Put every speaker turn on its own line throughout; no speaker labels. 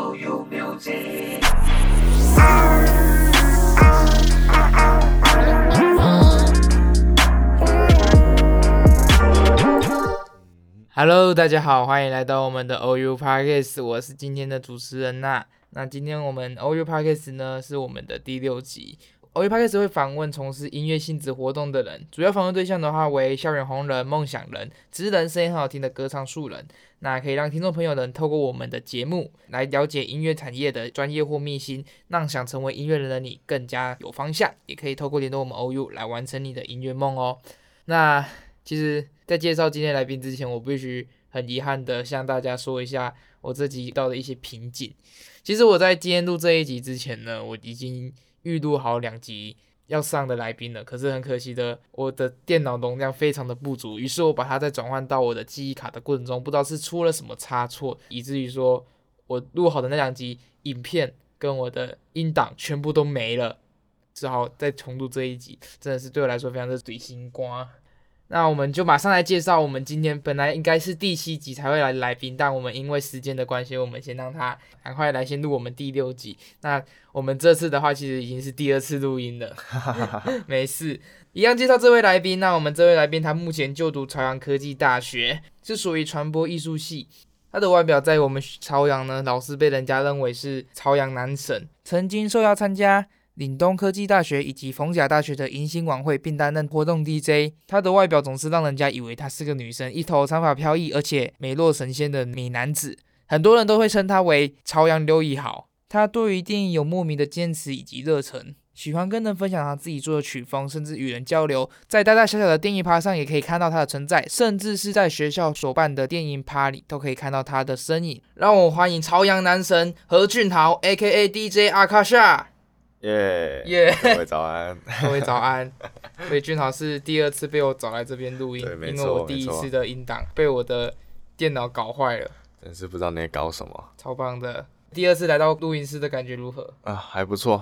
OU Music。
Hello，大家好，欢迎来到我们的 OU Podcast，我是今天的主持人呐、那今天我们 OU Podcast 呢是我们的第六集。OU Podcast 会访问从事音乐性质活动的人，主要访问对象的话为校园红人、梦想人、职人、声音很好听的歌唱素人。那可以让听众朋友能透过我们的节目来了解音乐产业的专业或秘辛，让想成为音乐人的你更加有方向。也可以透过联络我们 OU 来完成你的音乐梦哦。那其实，在介绍今天来宾之前，我必须很遗憾的向大家呃说一下我这集遇到的一些瓶颈。其实我在今天录这一集之前呢，我已经预录好两集要上的来宾了，可是很可惜的，我的电脑容量非常的不足，于是我把它再转换到我的记忆卡的过程中，不知道是出了什么差错，以至于说我录好的那两集影片跟我的音档全部都没了。只好再重录这一集，真的是对我来说非常的嘴心瓜。那我们就马上来介绍我们今天本来应该是第七集才会来的来宾，但我们因为时间的关系，我们先让他赶快来先录我们第六集。那我们这次的话，其实已经是第二次录音了，没事。一样介绍这位来宾，那我们这位来宾他目前就读朝阳科技大学，是属于传播艺术系。他的外表在我们朝阳呢，老是被人家认为是朝阳男神，曾经受邀参加岭东科技大学以及逢甲大学的迎新晚会，并担任活动 DJ。她的外表总是让人家以为她是个女生，一头长发飘逸，而且美若神仙的美男子。很多人都会称她为朝阳刘以豪。她对于电影有莫名的坚持以及热忱，喜欢跟人分享她自己做的曲风，甚至与人交流。在大大小小的电影趴上也可以看到她的存在，甚至是在学校所办的电影趴里都可以看到她的身影。让我欢迎朝阳男神何俊豪 （A.K.A. DJ 阿卡夏）。
耶
耶
各位早安。
各位早安， 所以俊豪是第二次被我找来这边录音，
对
因
没
为
错
我第一
没错
次的音档被我的电脑搞坏了，
真是不知道你在搞什么
超棒的。第二次来到录音室的感觉如何？
啊，还不错，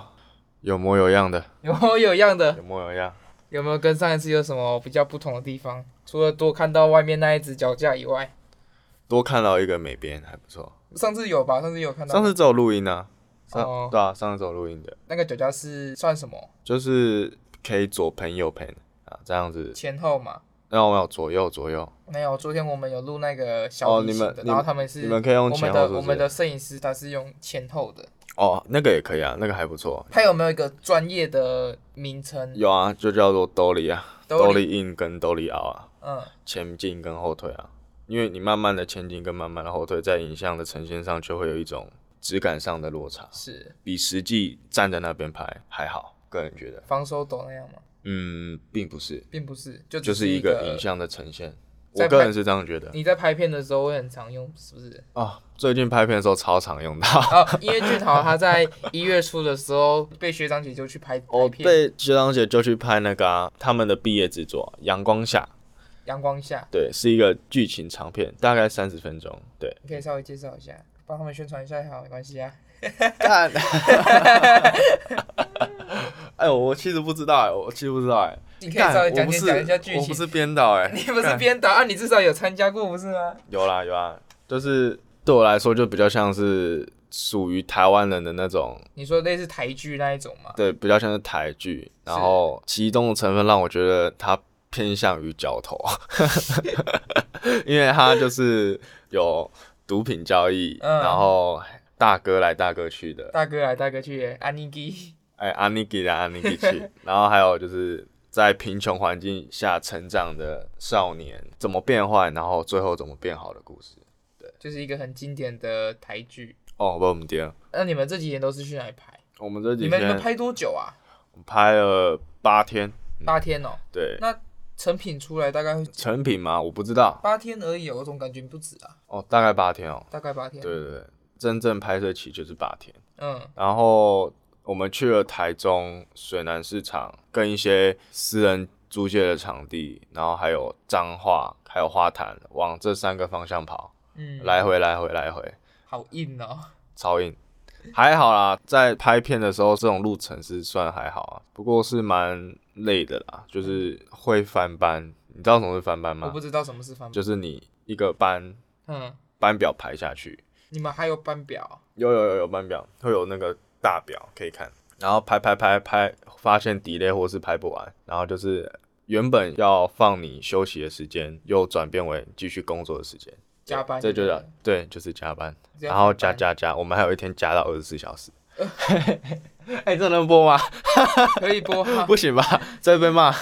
有模有样的，
有模有样的，
有模有样。
有没有跟上一次有什么比较不同的地方？除了多看到外面那一只脚架以外，
多看到一个美编还不错。
上次有吧？上次有看到，
上次只有录音啊，上、
哦
对啊，上次只有录音的，
那个脚架是算什么？
就是可以左喷右喷啊，这样子。
前后嘛？
那我们有左右左右，
没有，昨天我们有录那个小
哦
提
你
琴
们
的，
你
然后他们是
你们可以用
我
前
们
后
的
是不
我
是
们的摄影师他是用前后的，
哦，那个也可以啊，那个还不错。
他有没有一个专业的名称？
有啊，就叫做兜里啊，兜
兜里
里 in 跟兜里 out 啊，
嗯，
前进跟后退啊，因为你慢慢的前进跟慢慢的后退，在影像的呈现上就会有一种质感上的落差。
是
比实际站在那边拍还好，个人觉得，
防守抖那样吗？
嗯，并不是，
并不是，就只
就是一
一
个影。像的呈现。
在
我
拍
个人是这样觉得
你在拍片的时候会很常用，是不是？
啊。最近拍片的时候超 常用到，
哦，因为俊豪他在一月初的时候被学长姐就去拍拍
我
片，
被学长姐就去拍那个啊，他们的毕业制作《阳光下》，
阳光下，
对，是一个剧情长片，大概三十分钟， 对。
你可以稍微介绍一下，帮他们宣传一下也好，没关系啊。
干， 哎，我其实不知道，哎，我其实不知道，哎，
你可以
干
稍微
我
讲
不
解
是
讲一下剧
我不
情。
是编导， 哎，
你不是
干
编导啊？你至少有参加过不是吗？
有啦有啦，就是对我来说就比较像是属于台湾人的那种，
你说类似台剧那一种吗？
对，比较像是台剧，然后其中的成分让我觉得它偏向于角头， 因为它就是有毒品交易，
嗯
然后大哥来大哥去的，
大哥来大哥去耶，安妮基，
哎，安妮给来安妮给去，然后还有就是。在贫穷环境下成长的少年怎么变坏，然后最后怎么变好的故事。
就是一个很经典的台剧。
哦，不，我们第二，
那你们这几年都是去哪里拍？
我们这几
你
天
们你们拍多久啊？
拍了八天，
八天哦，
对，
那成品出来大概会
成品嘛，我不知道
八天而已哦，我总感觉不止啊，
哦，大概八天哦，
大概八天。
对，对对，真正拍摄期就是八天。
嗯，
然后我们去了台中水南市场，跟一些私人租借的场地，然后还有彰化，还有花坛，往这三个方向跑，
嗯，
来回来回来回，
好硬哦。
超硬。还好啦，在拍片的时候，这种路程是算还好啊，不过是蛮累的啦，就是会翻班。你知道什么是翻班吗？
我不知道什么是翻版，
就是你一个班
嗯，
班表排下去，
你们还有班表，
有有有有班表，会有那个大表可以看，然后拍拍拍拍，发现 delay 或是拍不完，然后就是原本要放你休息的时间，又转变为继续工作的时间，
加班
这就
对不
是
对
对，就是加班，
这样
然后
怎么
加
办
加加，我们还有一天加到二十四小时。 哎、这能播吗？哦
可以播哈，
不行吧，这会被骂。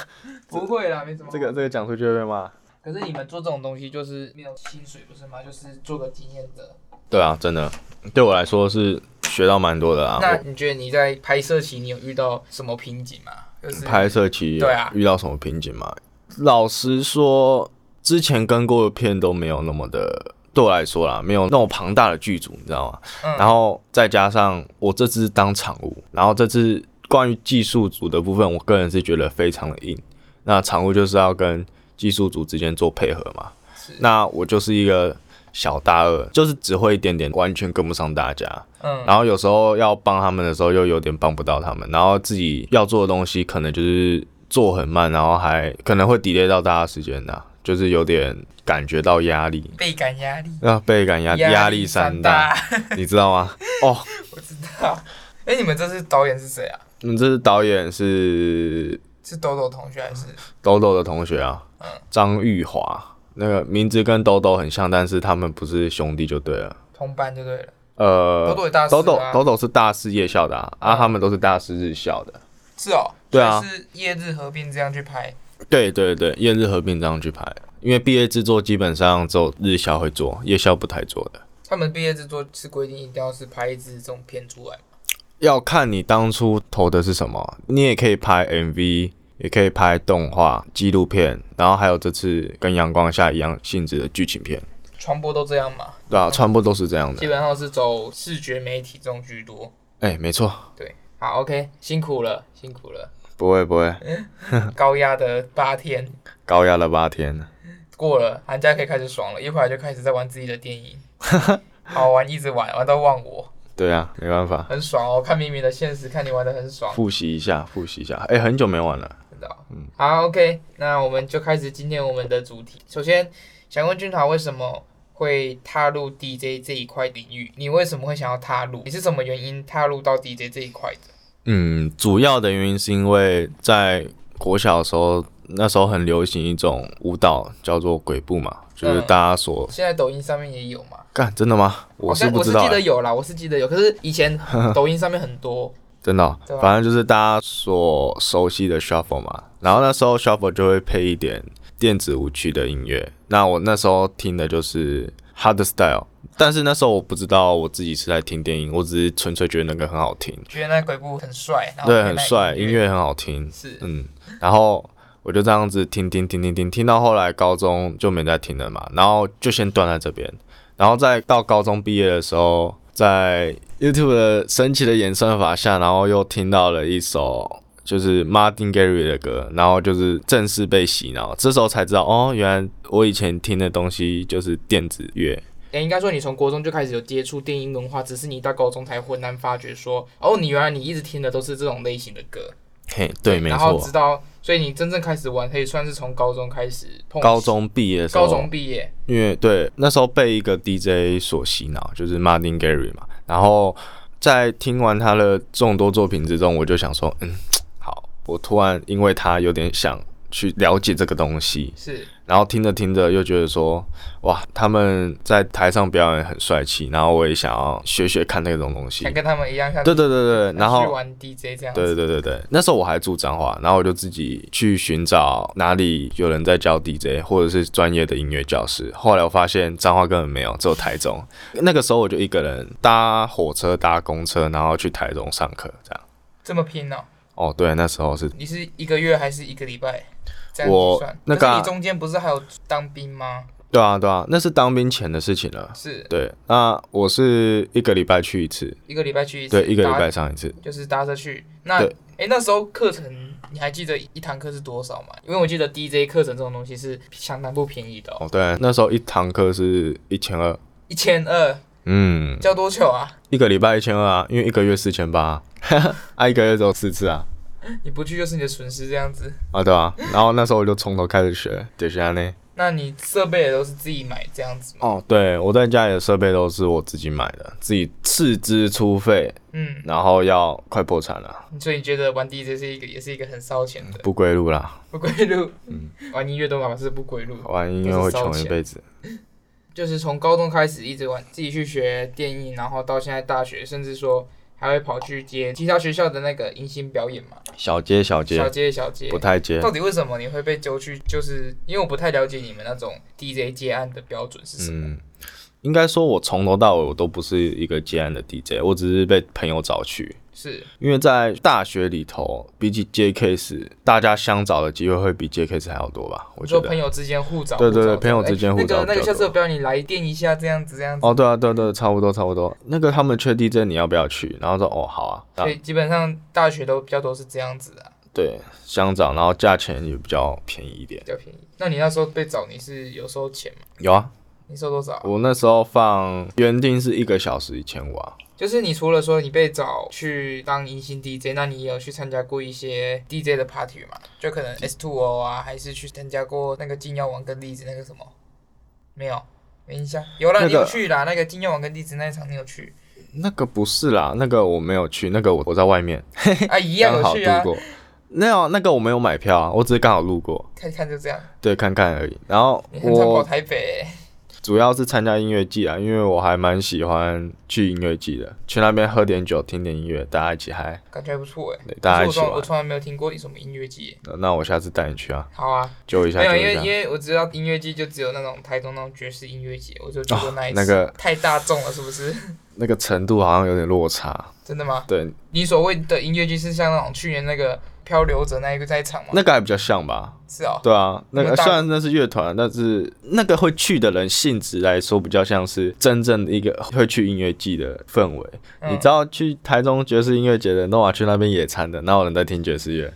不会啦，没什么。
这个这个讲出去会被骂。
可是你们做这种东西就是没有薪水不是吗？就是做个经验的。
对啊，真的，对我来说是学到蛮多的啊。
那你觉得你在拍摄期你有遇到什么瓶颈吗？就是
拍摄期
对啊
遇到什么瓶颈吗？老实说，之前跟过的片都没有那么的，对我来说啦，没有那么庞大的剧组，你知道吗？
嗯
然后再加上我这次当场务，然后这次关于技术组的部分，我个人是觉得非常的硬。那场务就是要跟技术组之间做配合嘛
是。
那我就是一个小大二，就是只会一点点，完全跟不上大家。
嗯，
然后有时候要帮他们的时候，又有点帮不到他们，然后自己要做的东西可能就是做很慢，然后还可能会 delay 到大家时间的、就是有点感觉到压力，
倍感压力，
啊，倍感压压力山
山
大，你知道吗？哦，
我 知道。哎、你们这次导演是谁啊？
你这是导演是
是豆豆同学还是？
豆豆的同学啊，张玉华，那个名字跟豆豆很像，但是他们不是兄弟就对了。
同班就对了。
呃，
豆豆也大四
豆豆
啊
豆豆是大四夜校的啊，啊，他们都是大四日校的。
是哦，
对啊
所以是夜日合并这样去拍，
对对对，夜日合并这样去拍，因为毕业制作基本上只有日校会做，夜校不太做的。
他们毕业制作是规定一定要是拍一支这种片出来，
要看你当初投的是什么，你也可以拍 MV，也可以拍动画、纪录片，然后还有这次跟阳光下一样性质的剧情片，
传播都这样嘛，
对啊，传播都是这样
基
的。
本上是走视觉媒体这种居多。
哎、没错，
对，好，OK，辛苦了，辛苦了，
不会不会，
高压的八天
高压了八天，
过了，寒假可以开始爽了，一会儿就开始在玩自己的电 影，好玩一直玩，玩到忘我，
对啊，没办法，
很爽哦。看明明的现实，看你玩的很爽，
复习一下，复习一下。哎、很久没玩了。
真的哦、好，OK，那我们就开始今天我们的主题。首先，想问君豪为什么会踏入 DJ 这一块领域？你为什么会想要踏入？你是什么原因踏入到 DJ 这一块的？
嗯，主要的原因是因为在国小的时候，那时候很流行一种舞蹈叫做鬼步嘛，就是
嗯
大家所
现在抖音上面也有嘛？
干、真的吗？我
好像
不
我
知
是
道
记
欸、
得有啦，我是记得有，可是以 前抖音上面很多，
真的哦、
对啊
反正就是大家所熟悉的 shuffle 嘛。然后那时候 shuffle 就会配一点电子舞曲的音乐，那我那时候听的就是 hard style，但是那时候我不知道我自己是在听电音，我只是纯粹觉得那个很好听，
觉得那鬼步很帅，然后
对，
配
很
那
帅，音乐很好听，
是
嗯，然后我就这样子听听听听听，听到后来高中就没再听了嘛，然后就先断在这边，然后再到高中毕业的时候，在 YouTube 的神奇的演算法下，然后又听到了一首。就是 Martin Gary 的歌，然后就是正式被洗脑，这时候才知道哦，原来我以前听的东西就是电子乐，
诶应该说你从国中就开始有接触电音文化，只是你到高中才浑然发觉说，哦，你原来你一直听的都是这种类型的歌。
嘿，对，没
然后
错
直，到，所以你真正开始玩，可以算是从高中开始碰。
高中毕业的时候，
高中毕业，
因为对那时候被一个 DJ 所洗脑，就是 Martin Gary 嘛。然后在听完他的众多作品之中，我就想说，嗯，好，我突然因为他有点想去了解这个东西，
是
然后听着听着又觉得说，哇，他们在台上表演很帅气，然后我也想要学学看那种东西
想。跟他们一样，像
对对对对，然
去
后
玩 DJ 这样
对
子。
对对对，那时候我还住彰化，然后我就自己去寻找哪里有人在教 DJ 或者是专业的音乐教室。后来我发现彰化根本没有，只有台中。那个时候我就一个人搭火车、搭公车，然后去台中上课，这样。
这么拼哦！
哦，对，那时候是
你是一个月还是一个礼拜？这样
我
计算。
那
可
个
是
啊
你中间不是还有当兵吗？
对啊对啊，那是当兵前的事情了。
是
对，那我是一个礼拜去一次，
一个礼拜去一次，
对，一个礼
搭
拜上一次。
就是搭车去。那
对
诶，那时候课程你还记得一堂课是多少吗？因为我记得 DJ 课程这种东西是相当不便宜的哦，
哦，对，那时候一堂课是一千二，
一千二，
嗯，
叫多久啊？
一个礼拜一千二啊，因为一个月四千八，啊，一 个月只有四次啊。
你不去就是你的损失这样子。
啊，对啊，然后那时候我就从头开始学，就是这样呢。
那你设备也都是自己买这样子吗？
哦，对，我在家里的设备都是我自己买的，自己斥资出费，
嗯，
然后要快破产了，
所以你觉得玩 DJ 是一个也是一个很烧钱的
不归路啦，
不归路？
嗯
玩音乐都嘛是不归路，
玩音乐会穷一辈子。
就是从高中开始一直玩，自己去学电音，然后到现在大学，甚至说还会跑去接其他学校的那个迎新表演嘛，
小街小街
小街小街
不。太接
到，底为什么你会被揪去？就是因为我不太了解你们那种 DJ 接案的标准是什么。
嗯，应该说我从头到尾我都不是一个接案的 DJ，我只是被朋友找去。
是
因为在大学里头，比起接 case，大家相找的机会会比接 case 还要多吧？我
你
觉
说朋
得。啊
友之间互找，
对对对
互找
朋友之间互找
哎那个那
比
个下
较
次
多
我表演你来电一下，这样子这样子。
哦，对啊，对啊对啊，差不多差不多。那个他们缺 DJ，你要不要去？然后说哦，好啊。那
所以基本上大学都比较多是这样子啊，
对，相找，然后价钱也比较便宜一点
比。较便宜。那你那时候被找，你是有收钱吗？
有啊，
你收多少啊？
我那时候放原定是一个小时一千五啊。
就是你除了说你被找去当迎新 DJ，那你也有去参加过一些 DJ 的 party 嘛？就可能 S Two O 啊，还是去参加过那个金耀王跟栗子那个什么？没有，没印象。有啦，
那个
你有去啦，那个金耀王跟栗子那一场你有去？
那个不是啦，那个我没有去，那个我我在外面
啊，一样
刚
有
好
去
路
啊，
过。那有那个我没有买票啊，我只是刚好路过，
看看就这样。
对，看看而已。然后
你很常跑
我
台北欸、
主要是参加音乐季啊，因为我还蛮喜欢去音乐季的，去那边喝点酒，听点音乐，大家一起嗨，
感觉还不错哎、
对，大家
可
一
是我
起
从
玩
我。从来没有听过你什么音乐季欸、
那那我下次带你去啊，
好啊，
揪一下，
没有，
揪
因为
一
因
下。
为我知道音乐季就只有那种台中那种爵士音乐节，我就去过那一次，
那个
太大众了是不是？
那个程度好像有点落差，
真的吗？
对，
你所谓的音乐剧是像那种去年那个漂流者那一个在场吗？
那个还比较像吧。
是哦，
对啊，那
那
个
大
虽然那是乐团，但是那个会去的人性质来说，比较像是真正的一个会去音乐季的氛围。
嗯
你知道去台中爵士音乐节的人，都往去那边野餐的，哪有人在听爵士乐？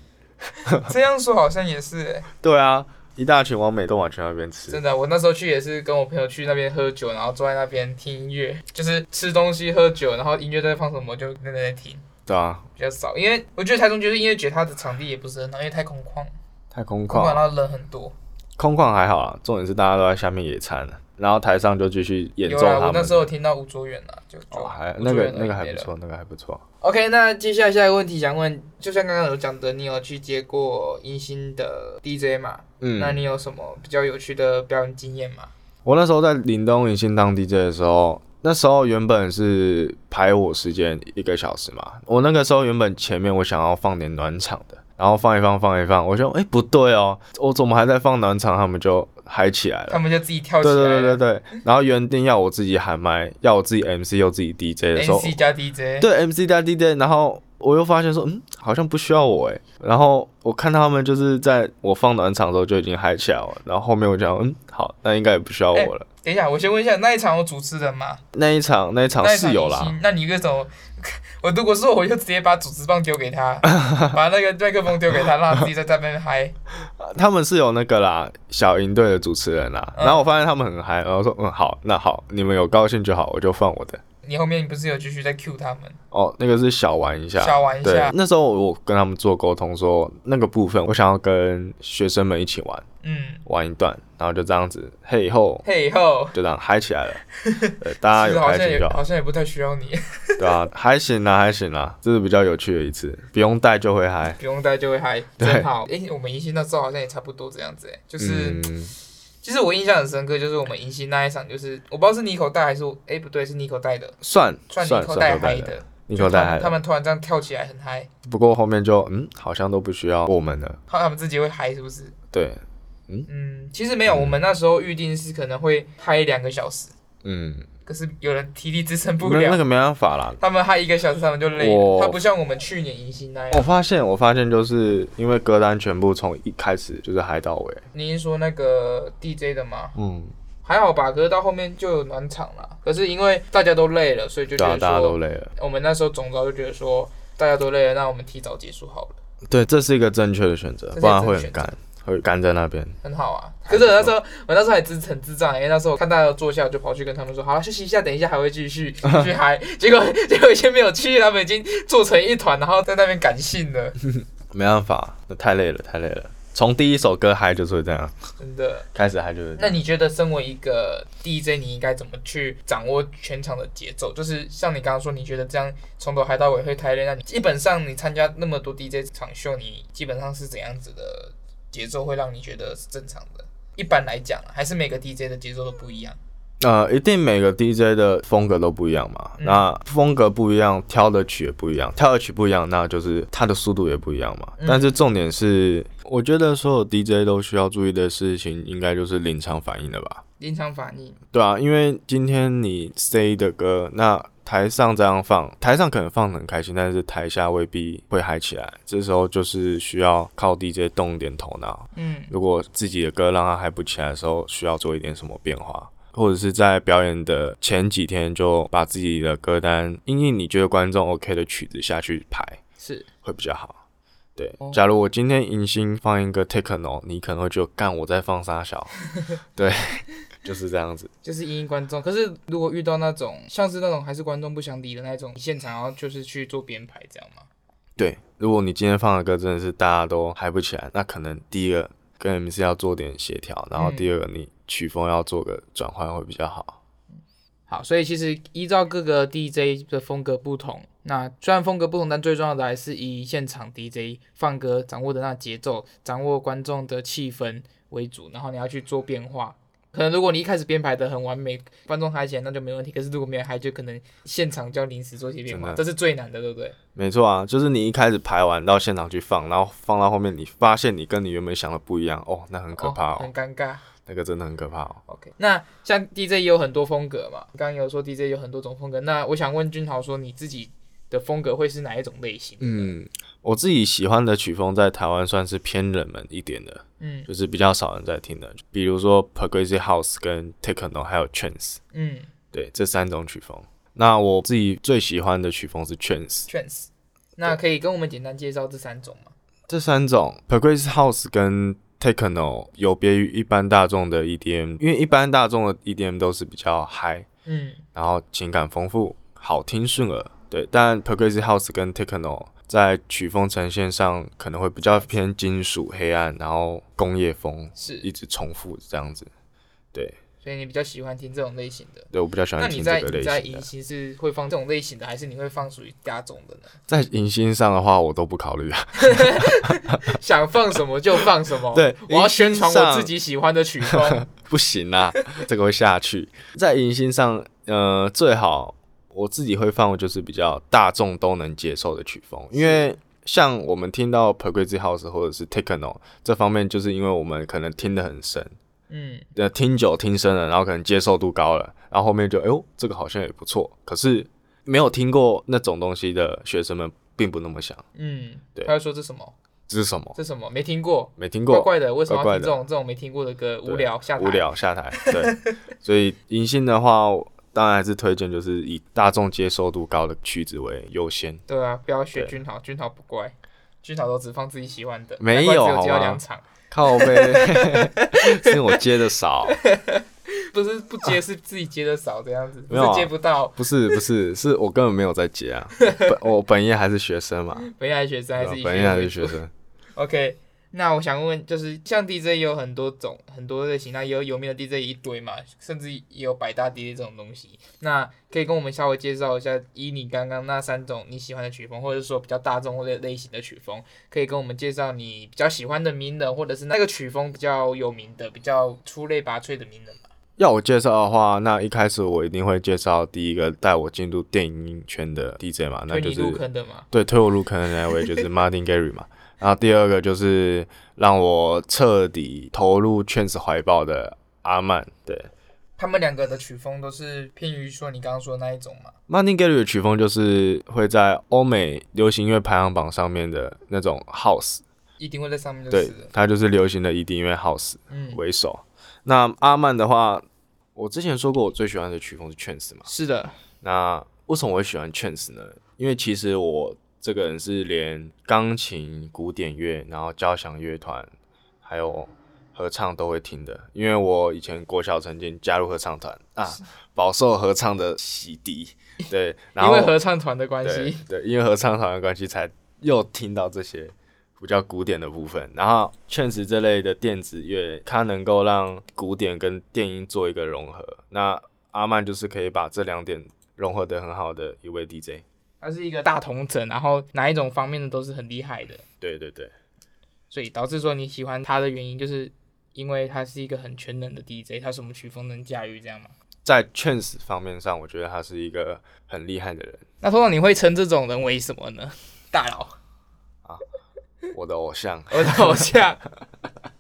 这样说好像也是欸、
对啊，一大群王美都往去那边吃
真。的。我那时候去也是跟我朋友去那边喝酒，然后坐在那边听音乐，就是吃东西、喝酒，然后音乐在放什么就在那边听，
对啊，
比较少。因为我觉得台中爵士音乐节它的场地也不是很好，因为太空旷，
太空
空旷
旷，
然后人很多。
空旷还好啊。重点是大家都在下面野餐，啊然后台上就继续演
有
奏
啦，
他
我
们
那
的。
时候有听到吴卓远啊，就就
哦，还
吴
那
卓
个
远而
那
已
个还
没
不
了
错，那个还不错。
OK，那接下来下一个问题想问，就像刚刚有讲的，你有去接过迎新的 DJ 嘛？
嗯，
那你有什么比较有趣的表演经验吗？
我那时候在林东影星当 DJ 的时候，那时候原本是排我时间一个小时嘛。我那个时候原本前面我想要放点暖场的，然后放一放放一放，我就哎、诶不对哦，我怎么还在放暖场？他们就嗨起来
他
了。
们就自己跳起
对
来了。
呃对对对对，然后原定要我自己喊麦，要我自己 MC 又自己 DJ 的时候，
MC 加 DJ，
对 MC 加 DJ，然后我又发现说，嗯，好像不需要我哎。然后我看他们就是在我放暖场的时候就已经嗨起来了，然后后面我就想，嗯，好，那应该也不需要我了。
等一下，我先问一下，那一场有主持人吗？
那一场那一场
那一场
是有
迎
啦，
新那你为什么？ 我如果是我，我就直接把主持棒丢给他， 把那个麦克风丢给他，让他自己在那边嗨。
他们是有那个啦，小营队的主持人啦。
嗯
然后我发现他们很嗨，然后说嗯好，那好，你们有高兴就好，我就放我的。
你后面不是有继续在 cue 他们，
哦，那个是小玩一下，
小玩一
对
下，。
那时候我跟他们做沟通说，那个部分我想要跟学生们一起玩
嗯，
玩一段，然后就这样子嘿吼，
嘿吼，
就这样嗨起来 了。对，
其
大家
实
有
好
开
像
心就
也
好
好，像也不太需要你，
对啊，还行啦，还行啦，这是比较有趣的一次，不用带就会嗨。
不用带就会嗨，
对
真好。诶，我们迎新那时候好像也差不多这样子、诶，就是。
嗯，
其实我印象很深刻，就是我们迎新那一场，就是我不知道是尼口带还是我，哎、不对，是尼口带的，
算
算
算
尼口带嗨
的，
的，
你口带嗨
他
的
他。们突然这样跳起来很嗨，
不过后面就嗯，好像都不需要我们了。
他他们自己会嗨是不是？
对，
嗯，其实没有，我们那时候预定是可能会嗨两个小时，
嗯，
可是有人体力支撑不
没有那
了，
个没办法啦。
他们嗨一个小时他们就累了，
我哦
他不像我们去年迎新那
我
样。
发现，我发现就是因为歌单全部从一开始就是嗨到尾。
您说那个 DJ 的吗？
嗯，
还好吧，可是到后面就有暖场了。可是因为大家都累了，所以就
对
觉
啊，
得
大家都
说，
累了。
我们那时候总招就觉得说，大家都累了，那我们提早结束好了。
对，这是一个正确的选择
这是，一个
不然会很
正确的
干，会干在那边。
很好啊。可是我那时候，我那时候还智很智障，因为那时候我看大家都坐下，我就跑去跟他们说，好了，休息一下，等一下还会继 续继续嗨。结果结果已经没有去，他们已经坐成一团，然后在那边感性了。
没办法，那太累了，太累了。从第一首歌嗨就是会这样，
真的。
开始嗨就是这
那
样。
你觉得身为一个 DJ，你应该怎么去掌握全场的节奏？就是像你刚刚说，你觉得这样从头嗨到尾会太累，那你基本上你参加那么多 DJ 场秀，你基本上是怎样子的节奏会让你觉得是正常的？一般来讲，还是每个 DJ 的节奏都不一样。
呃，一定每个 DJ 的风格都不一样嘛，
嗯
那风格不一样，挑的曲也不一样，挑的曲不一样，那就是它的速度也不一样嘛。
嗯
但是重点是，我觉得所有 DJ 都需要注意的事情，应该就是临场反应了吧。
临场反应，
对啊，因为今天你 C 的歌，那台上这样放，台上可能放得很开心，但是台下未必会嗨起来。这时候就是需要靠 DJ 动一点头脑。
嗯
如果自己的歌让他嗨不起来的时候，需要做一点什么变化，或者是在表演的前几天就把自己的歌单，因应你觉得观众 OK 的曲子下去排，
是
会比较好。对
哦，
假如我今天迎新放一个 Techno，你可能会觉得干我在放沙小，对，就是这样子。
就是因应观众。可是如果遇到那种像是那种还是观众不想理的那种，你现场要就是去做编排这样吗？
对，如果你今天放的歌真的是大家都嗨不起来，那可能第一个跟 MC 要做点协调，然后第二个你曲风要做个转换会比较好。
好，所以其实依照各个 DJ 的风格不同，那虽然风格不同，但最重要的还是以现场 DJ 放歌掌握的那节奏，掌握观众的气氛为主，然后你要去做变化。可能如果你一开始编排的很完美，观众嗨起来那就没问题。可是如果没有嗨，就可能现场就要临时做一些变化，
真的
这是最难的，对不对？
没错啊，就是你一开始排完到现场去放，然后放到后面你发现你跟你原本想的不一样，哦，那很可怕
哦
哦，
很尴尬。
那个真的很可怕哦。
OK，那像 DJ 也有很多风格嘛，刚刚有说 DJ 有很多种风格，那我想问君豪说你自己的风格会是哪一种类型？
嗯，我自己喜欢的曲风在台湾算是偏冷门一点的，
嗯
就是比较少人在听的，比如说 Progressive House 跟 Techno 还有 Trance，
嗯
对，这三种曲风。那我自己最喜欢的曲风是 trance，
，Trance，那可以跟我们简单介绍这三种吗？
这三种 progressive house 跟 techno 有别于一般大众的 EDM，因为一般大众的 EDM 都是比较嗨，
嗯
然后情感丰富，好听顺耳，对。但 progressive house 跟 techno 在曲风呈现上可能会比较偏金属、黑暗，然后工业风，
是
一直重复这样子。对，
所以你比较喜欢听这种类型的。
对我比较喜
那
欢
你
听
在
这个
你
类
在
型
迎
的。
新是会放这种类型的，还是你会放属于大众的呢？
在迎新上的话，我都不考虑啊。
想放什么就放什么。
对
我要宣传我
上
自己喜欢的曲风。
不行啦， 这个会下去。在迎新上，呃，最好我自己会放的就是比较大众都能接受的曲风，因为像我们听到 Progressive House 或者是 Techno 这方面，就是因为我们可能听得很深，
嗯，
呃，听久听深了，然后可能接受度高了，然后后面就哎呦，这个好像也不错。可是没有听过那种东西的学生们，并不那么想，
嗯，
对
他会说这什么？
这是什么？
这什么？没听过，
没听
怪
过，
怪的，为什么
怪
要
怪
听
的
这种这种没听过的歌？
对
无聊，下台。
无。聊下台。对，所以银杏的话，当然还是推荐就是以大众接受度高的曲子为优先。
对啊，不要学
对
君豪，君豪不乖，君豪都只放自己喜欢的，
没
难怪
有
只有
好
接到
吗
两场，
靠背， 是因为我接的少，
不是不接是自己接的少这样子，不
没有
是
啊
接不到，
不是不是，是我根本没有在接啊。本我本业还是学生嘛，
本业还是学生还是以
本业还
为
是
主
啊学生。
OK，那我想问，就是像 DJ 也有很多种、很多类型，那也有有名的 DJ 一堆嘛，甚至也有百大 DJ 这种东西。那可以跟我们稍微介绍一下，以你刚刚那三种你喜欢的曲风，或者说比较大众类类型的曲风，可以跟我们介绍你比较喜欢的名人，或者是那个曲风比较有名的、比较出类拔萃的名人嘛？
要我介绍的话，那一开始我一定会介绍第一个带我进入电影圈的 DJ 嘛，
推
那就
你
是
入坑的嘛？
对，推我入坑的那一位就是 Martin Gary 嘛。然后第二个就是让我彻底投入圈子怀抱的阿曼。对
他们两个的曲风都是偏于说你刚刚说的那一种嘛？
，Martin Gary 的曲风就是会在欧美流行音乐排行榜上面的那种 house，
一定会在上面就是
对
了，
它就是流行的 ED 音乐 house
嗯，
为首。那阿曼的话，我之前说过我最喜欢的曲风是 trance 嘛。
是的，
那为什么我会喜欢 trance 呢？因为其实我这个人是连钢琴、古典乐，然后交响乐团，还有合唱都会听的。因为我以前国小曾经加入合唱团啊，饱受合唱的洗涤。对，然
因
后
为合唱团的关
对
系，
对，因为合唱团的关系，才又听到这些比较古典的部分。然后确实这类的电子乐，它能够让古典跟电音做一个融合。那阿曼就是可以把这两点融合的很好的一位 DJ。
它是一个大同整，然后哪一种方面的都是很厉害的，
对对对，
所以导致说你喜欢他的原因，就是因为他是一个很全能的 DJ，他什么曲风能驾驭这样嘛。
在 trance 方面上，我觉得他是一个很厉害的人，
那通常你会称这种人为什么呢？大佬，
我的偶像，
我的偶像。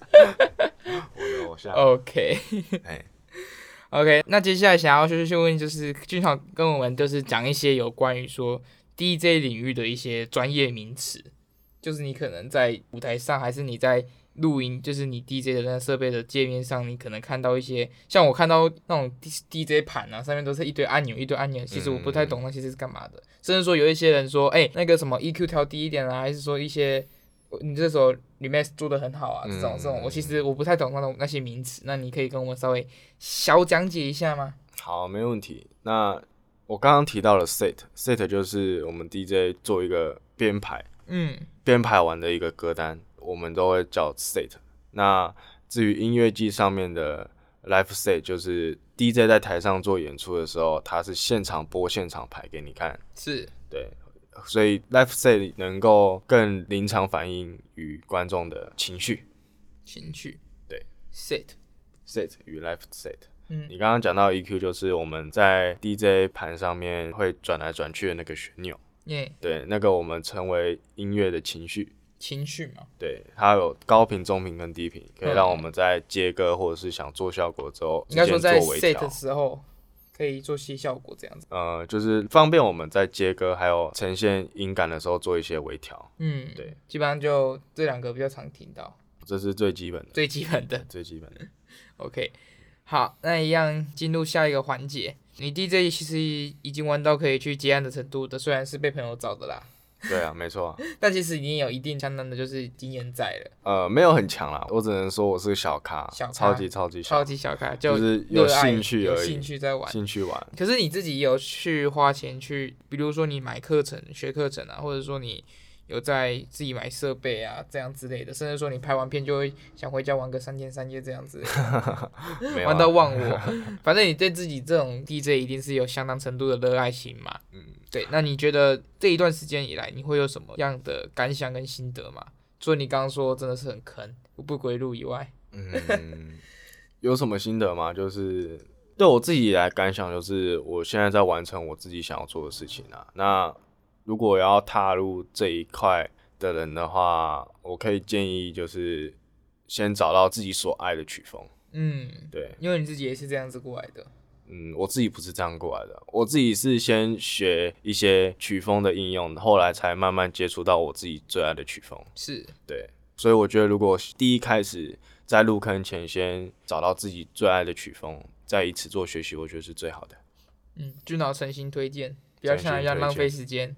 我的偶像。
OK
哎
OK，那接下来想要就是去问，就是俊豪跟我们就是讲一些有关于说 DJ 领域的一些专业名词，就是你可能在舞台上，还是你在录音，就是你 DJ 的那设备的界面上，你可能看到一些，像我看到那种 D DJ 盘啊，上面都是一堆按钮，一堆按钮，其实我不太懂那些是干嘛的，甚至说有一些人说，哎、那个什么 EQ 调低一点啊，还是说一些。你这首 remix 做的很好啊，这种这
嗯
种，我其实我不太懂那种那些名词，那你可以跟我们稍微小讲解一下吗？
好，没问题。那我刚刚提到了 set，set 就是我们 DJ 做一个编排，
嗯，
编排完的一个歌单，我们都会叫 set。那至于音乐季上面的 live set，就是 DJ 在台上做演出的时候，他是现场播现场排给你看，
是
对。所以 live set 能够更临场反映与观众的情绪
情趣，
对
，set，
set 与 live set。
嗯
你刚刚讲到 EQ，就是我们在 DJ 盘上面会转来转去的那个旋钮，
耶、
对，那个我们称为音乐的情绪，
情绪嘛，
对，它有高频、中频跟低频，可以
嗯
让我们在接歌或者是想做效果之后，
应该说在
微
set
调
的。时候可以做些效果这样子，
呃，就是方便我们在接歌还有呈现音感的时候做一些微调，
嗯，
对，
基本上就这两个比较常听到，
这是最基本的，
最基本的
最基本的。
，OK，好，那一样进入下一个环节，你 DJ 其实已经玩到可以去接案的程度的，虽然是被朋友找的啦，
对啊，没错啊。
但其实已经有一定相当的就是经验在了，
呃，没有很强啦，我只能说我是个小咖，
小咖
超级超级小
超，级小咖
就是有
热爱
兴趣
有
而已
兴趣在玩。
兴趣玩。
可是你自己有去花钱去，比如说你买课程、学课程啊，或者说你有在自己买设备啊，这样之类的，甚至说你拍完片就会想回家玩个三天三夜这样子，
没有啊
玩到忘 我。反正你对自己这种 DJ 一定是有相当程度的热爱心嘛。
嗯，
对，那你觉得这一段时间以来，你会有什么样的感想跟心得吗？除了你刚刚说真的是很坑、不归路以外，
嗯，有什么心得吗？就是对我自己来感想，就是我现在在完成我自己想要做的事情啊。那如果要踏入这一块的人的话，我可以建议就是先找到自己所爱的曲风。
嗯，
对，
因为你自己也是这样子过来的，
嗯，我自己不是这样过来的，我自己是先学一些曲风的应用，后来才慢慢接触到我自己最爱的曲风。
是
对，所以我觉得如果第一开始在入坑前先找到自己最爱的曲风，再以此做学习，我觉得是最好的。
嗯，君老诚心推荐，不要
诚心
像人家
推
浪费
荐
时间，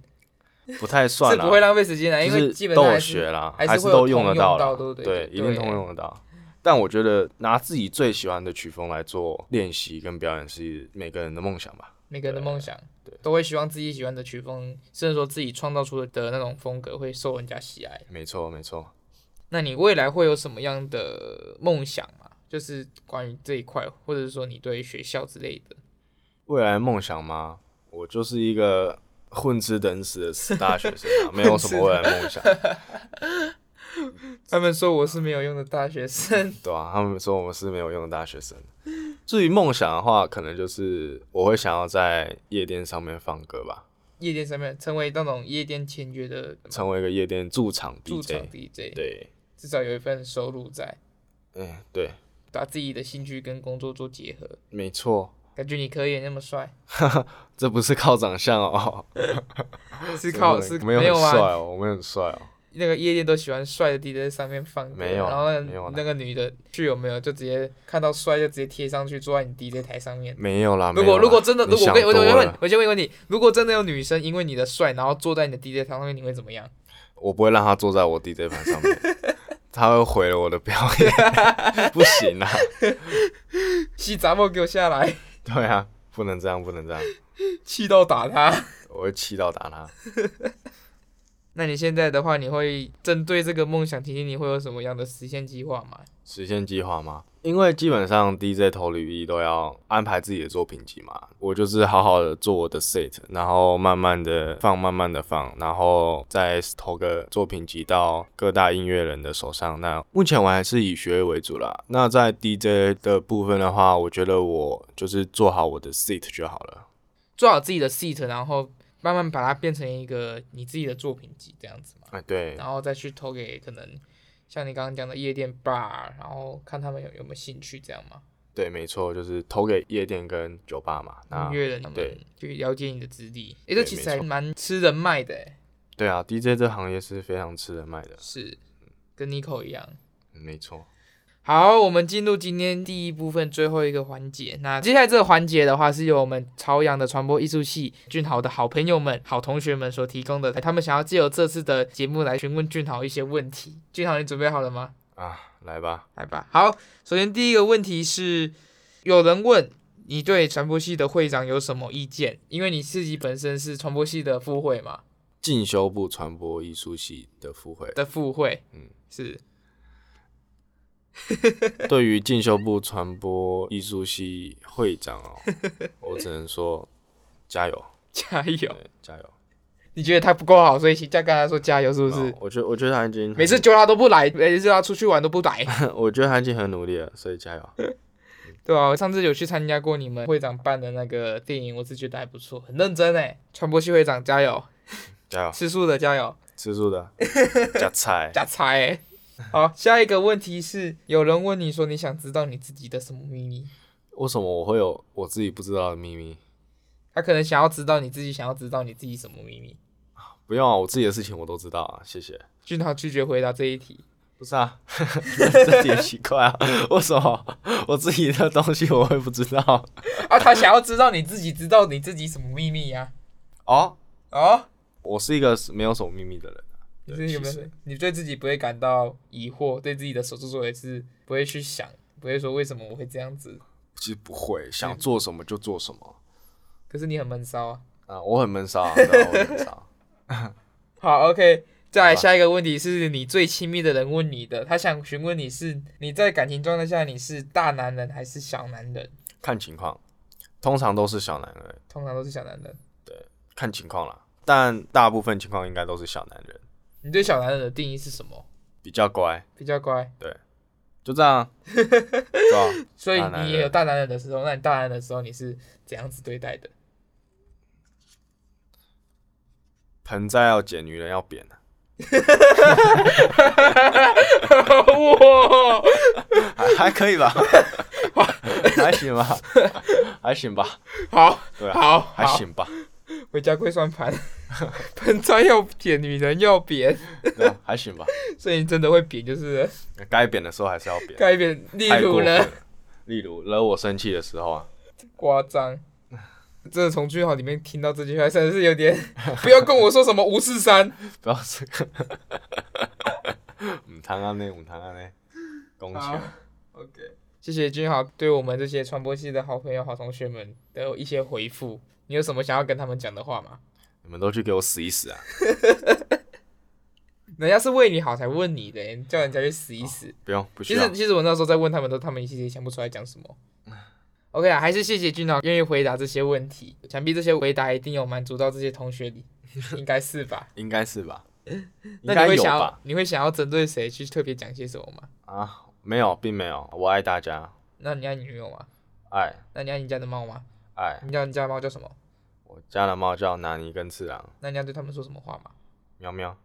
不太
是
算啦，
不会浪费时间啊的，因
就
为
是
基本
都
上
有
还
学啦，
还
是
是会有
都用得到
通
啦，
用到对不对
一定
对
通用得到。但我觉得拿自己最喜欢的曲风来做练习跟表演是每个人的梦想吧。
每个人的梦想
对，
都会希望自己喜欢的曲风，甚至说自己创造出的那种风格会受人家喜爱。
没错，没错。
那你未来会有什么样的梦想吗？就是关于这一块，或者是说你对学校之类的，
未来梦想吗？我就是一个混吃等死的死大学生啊，没有什么未来梦想。
他们说我是没有用的大学生，
对啊，他们说我们是没有用的大学生。至于梦想的话，可能就是我会想要在夜店上面放歌吧，
夜店上面成为那种夜店签约的
成为一个夜店驻场
驻场
DJ。
DJ，
对，
至少有一份收入在，
嗯，对，
把自己的兴趣跟工作做结合，
没错，
感觉你可以那么帅。
这不是靠长相哦，
是 靠是
没有很
啊
帅，哦，我没有很帅哦，
那个夜店都喜欢帅的 DJ 在上面放歌，
没有
然后那
没有啦
那个女的去有没有就直接看到帅就直接贴上去坐在你 DJ 台上面。
没有
如
啦。啊没有
果
啦
如果真的，
你
如果我
想
跟我
多
先问
了，
我先问一个问题，如果真的有女生因为你的帅，然后坐在你的 DJ 台上面，你会怎么样？
我不会让他坐在我 DJ 盘上面，他会毁了我的表演， 不行啊，
洗杂货给我下来，
对啊，不能这样，不能这样，
气到打他。
我会气到打他。
那你现在的话，你会针对这个梦想，婷婷你会有什么样的实现计划吗？
实现计划吗？因为基本上 DJ 投履历都要安排自己的作品集嘛，我就是好好的做我的 set，然后慢慢的放，慢慢的放，然后再投个作品集到各大音乐人的手上。那目前我还是以学业为主啦。那在 DJ 的部分的话，我觉得我就是做好我的 set 就好了。
做好自己的 seat，然后慢慢把它变成一个你自己的作品集这样子嘛，
哎，对，
然后再去投给可能像你刚刚讲的夜店 bar，然后看他们有有没有兴趣这样嘛。
对，没错，就是投给夜店跟酒吧嘛。那
音乐人他们
啊对
去了解你的资历，诶、这
对
其实
没
还
错
蛮吃人脉的、诶
对啊，DJ 这行业是非常吃人脉的，
是跟 Nico 一样。
嗯没错。
好，我们进入今天第一部分最后一个环节。那接下来这个环节的话，是由我们朝阳的传播艺术系俊豪的好朋友们、好同学们所提供的。他们想要借由这次的节目来询问俊豪一些问题。俊豪，你准备好了吗？
啊，来吧，
来吧。好，首先第一个问题是，有人问你对传播系的会长有什么意见？因为你自己本身是传播系的副会嘛，
进修部传播艺术系的副会。
的副会，嗯
嗯，
是
对于进修部传播艺术系会长 哦，我只能说加油，
加油。
对，加油。
你觉得他不够好，所以再跟他说加油，是不是？
哦我觉得我觉得他已经很
每次揪他都不来，每次他出去玩都不来，
我觉得他已经很努力了，所以加油。
对啊，我上次有去参加过你们会长办的那个电影，我是觉得还不错，很认真哎。传播系会长加油，
加油，
吃素的加油，
吃素 的加菜，
加菜哎。好，下一个问题是，有人问你说你想知道你自己的什么秘密？
为什么我会有我自己不知道的秘密？
他可能想要知道你自己想要知道你自己什么秘密。
不用啊，我自己的事情我都知道啊，谢谢。
俊豪拒绝回答这一题。
不是啊， 这点奇怪啊，为什么我自己的东西我会不知道？
啊，他想要知道你自己知道你自己什么秘密呀、
哦，
哦，
我是一个没有什么秘密的人啊。
你
对
是有没
其
有
实？
你对自己不会感到疑惑，对自己的所作所为是不会去想，不会说为什么我会这样子。
其实不会，想做什么就做什么。
可是你很闷骚啊。
啊，我很闷骚、啊，对啊我很闷骚。
好，OK。再来
好吧
下一个问题是你最亲密的人问你的，他想询问你是你在感情状态下你是大男人还是小男人？
看情况，通常都是小男人，
通常都是小男人。
看情况啦。但大部分情况应该都是小男人，
你对小男人的定义是什么？
比较乖，
比较乖，
就这 样啊。对啊吧？
所以
大男人
你也有大男人的时候，那你大男人的时候你是怎样子对待的？
盆栽要剪，女人要扁啊
哇，
还还可以 吧？还行吧？还行吧？
好，
对啊，
好，
还
好，
行吧？
回家跪算盘，盆栽要扁，女人要扁，
对啊，还行吧？
所以你真的会扁，就是了
该扁的时候还是要扁。
该扁。例
太
如
过分
呢，
了，例如惹我生气的时候啊，
夸张。真的从句号里面听到这句话，真的是有点 不要跟我说什么五四三，
不要这个。 唔通安尼，唔通安尼，恭喜啊
好 OK，谢谢君豪对我们这些传播系的好朋友、好同学们的一些回复。你有什么想要跟他们讲的话吗？
你们都去给我死一死啊！
人家是为你好才问你的，叫人家去死一死。
不用，不需
其
要
实。其实我那时候在问他们的时候，他们其实也想不出来讲什么。OK 啊，还是谢谢君豪愿意回答这些问题，想必这些回答一定有满足到这些同学里，应该是 吧？
应该是吧？应
那
该
你会
有
想
吧
要？你会想要针对谁去特别讲些什么吗？
啊，没有，并没有。我爱大家，
那你爱你女友吗？
爱
那你爱你家的猫吗？
爱。
你家你家的猫叫什么？
我家的猫叫南尼跟次郎，
那你要对他们说什么话吗？
喵喵。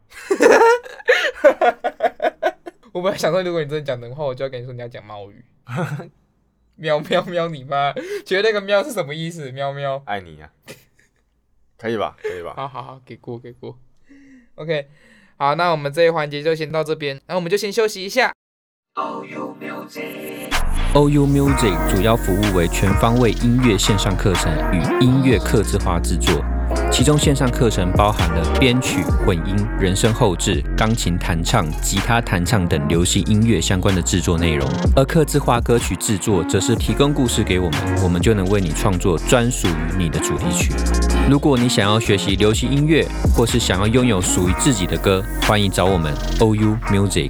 我本来想说，如果你真的讲人话，我就要跟你说你要讲猫语。 喵喵喵你妈！觉得那个喵是什么意思？喵喵。
爱你呀、 可以吧？可以吧？
好好好，给过给过。OK，好，那我们这一环节就先到这边，那我们就先休息一下。
OU Music。
OU Music 主要服务为全方位音乐线上课程与音乐客制化制作，其中线上课程包含了编曲、混音、人声后置、钢琴弹唱、吉他弹唱等流行音乐相关的制作内容。而客制化歌曲制作则是提供故事给我们，我们就能为你创作专属于你的主题曲。如果你想要学习流行音乐，或是想要拥有属于自己的歌，欢迎找我们 OU Music。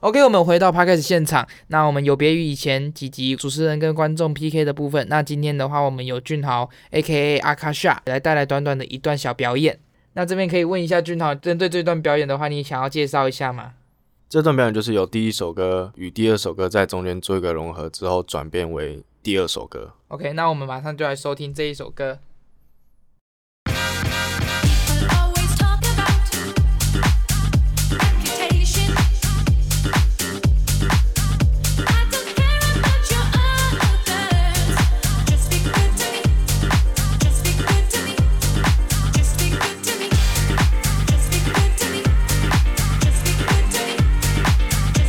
OK，我们回到 p a c k a g e 现场。那我们有别于以前几集主持人跟观众 PK 的部分，那今天的话，我们有俊豪 A.K.A 阿卡夏来带来短短的一段小表演。那这边可以问一下俊豪，针对这段表演的话，你想要介绍一下吗？
这段表演就是由第一首歌与第二首歌在中间做一个融合之后，转变为第二首歌。
OK，那我们马上就来收听这一首歌。
Always talk about reputation. I don't care about your others. Just be good to me. Just be good to me. Just be good to me. Just be good to me. Just be good to me. Just be good to me. Just be good to me. Just be good to me. Just be good to me.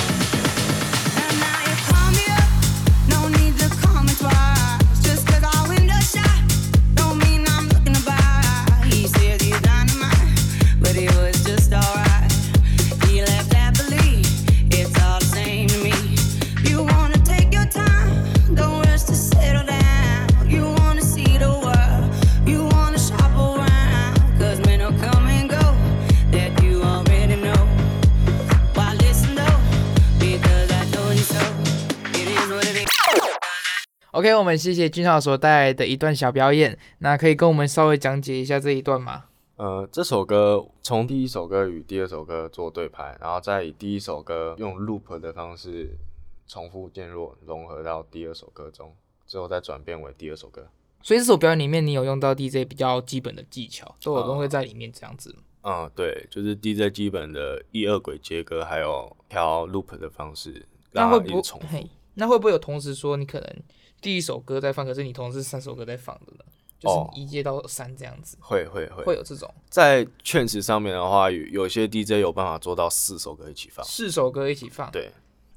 And now you call me up, no need to call me twice. Just 'cause I window shop, don't mean I'm looking to buy. He said he's dynamite, but it was just alright. He left happily, it's all the same to me. You wanna take your time, don't rush to settle down. You wanna see the world, you wanna shop around. 'Cause men will come and go, that you already know. Why listen though? Because I told you so. It is what it is.
OK，我们谢谢俊浩所带来的一段小表演。那可以跟我们稍微讲解一下这一段吗？
呃，这首歌从第一首歌与第二首歌做对拍，然后再以第一首歌用 loop 的方式重复渐弱，融合到第二首歌中，之后再转变为第二首歌。
所以这首表演里面，你有用到 DJ 比较基本的技巧，都
啊
有都会在里面这样子。
嗯，对，就是 DJ 基本的一二轨切割，还有调 loop 的方式，
那
让
会
它一
不
直重复。
嘿？那会不会有同时说你可能第一首歌在放，可是你同时三首歌在放的呢？就是
哦
你一接到三这样子，
会会会
会有这种
在确实上面的话，有有些 DJ 有办法做到四首歌一起放，
四首歌一起放。，
对，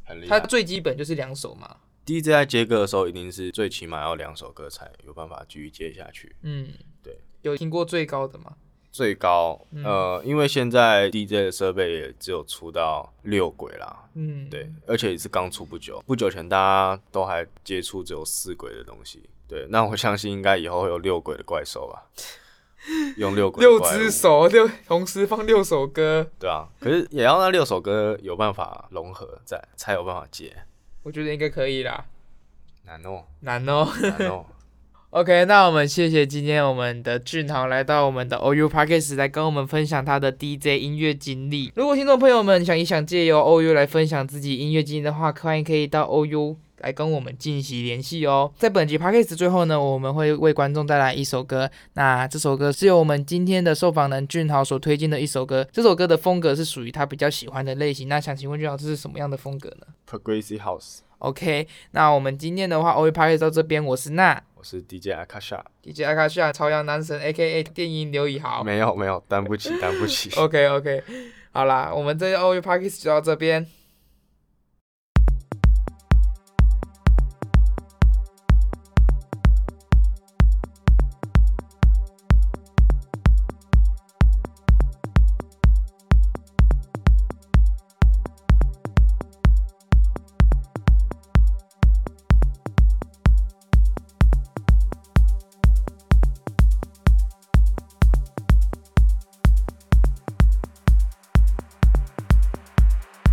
很厉
它
害。
啊最基本就是两首嘛。
DJ 在接歌的时候，一定是最起码要两首歌才有办法继续接下去。
嗯，
对。
有听过最高的吗？
最高，
嗯
呃，因为现在 DJ 的设备也只有出到六轨啦，
嗯，
对，而且也是刚出不久，不久前大家都还接触只有四轨的东西，对，那我相信应该以后会有六轨的怪兽 吧，用六轨的
六
怪物
只，手六同时放六首歌，
对啊，可是也要那六首歌有办法融合在，才有办法接，
我觉得应该可以啦。
难 哦，
难哦。
难哦。
OK，那我们谢谢今天我们的俊豪来到我们的 OU Podcast 来跟我们分享他的 DJ 音乐经历。如果听众朋友们想也想借由 OU 来分享自己音乐经历的话，欢迎可以到 OU 来跟我们进行联系哦。在本集 Podcast 最后呢，我们会为观众带来一首歌，那这首歌是由我们今天的受访人俊豪所推荐的一首歌。这首歌的风格是属于他比较喜欢的类型。那想请问俊豪这是什么样的风格呢
Progressive House，
？OK，那我们今天的话 OU Podcast 到这边，我是娜。
我是 DJ 阿卡夏，
DJ 阿卡夏朝阳男神 A.K.A 电音刘以豪。
没有没有，担不起担 不起。
OK OK，好啦，我们这个 OU Parkis 就到这边。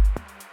Thank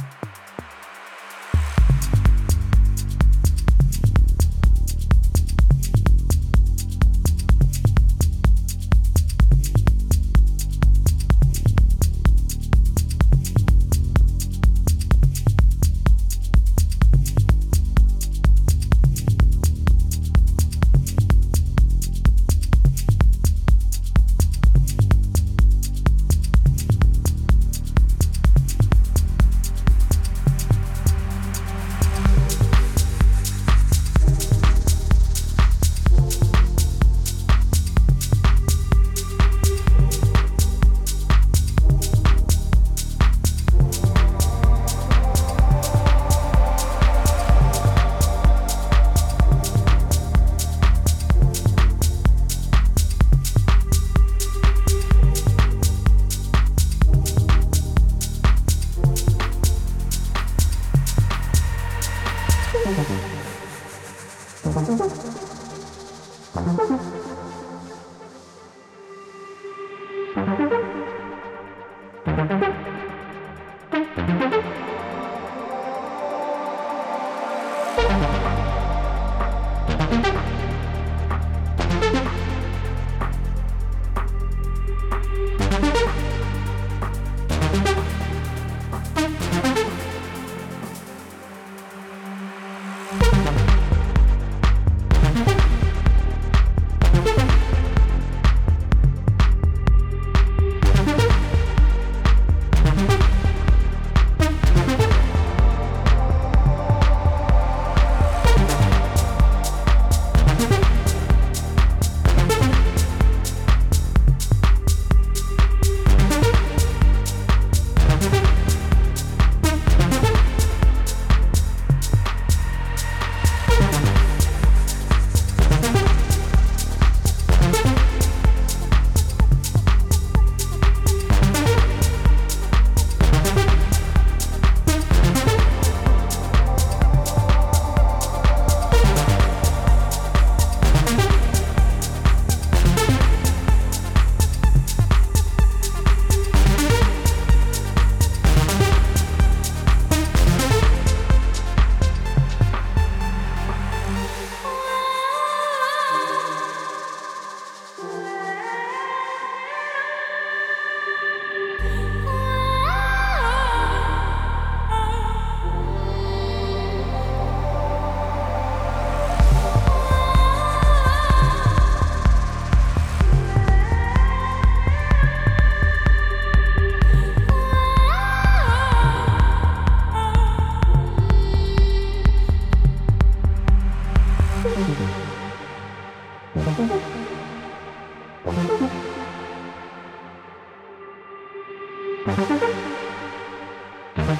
Oh, oh,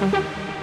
Thank you.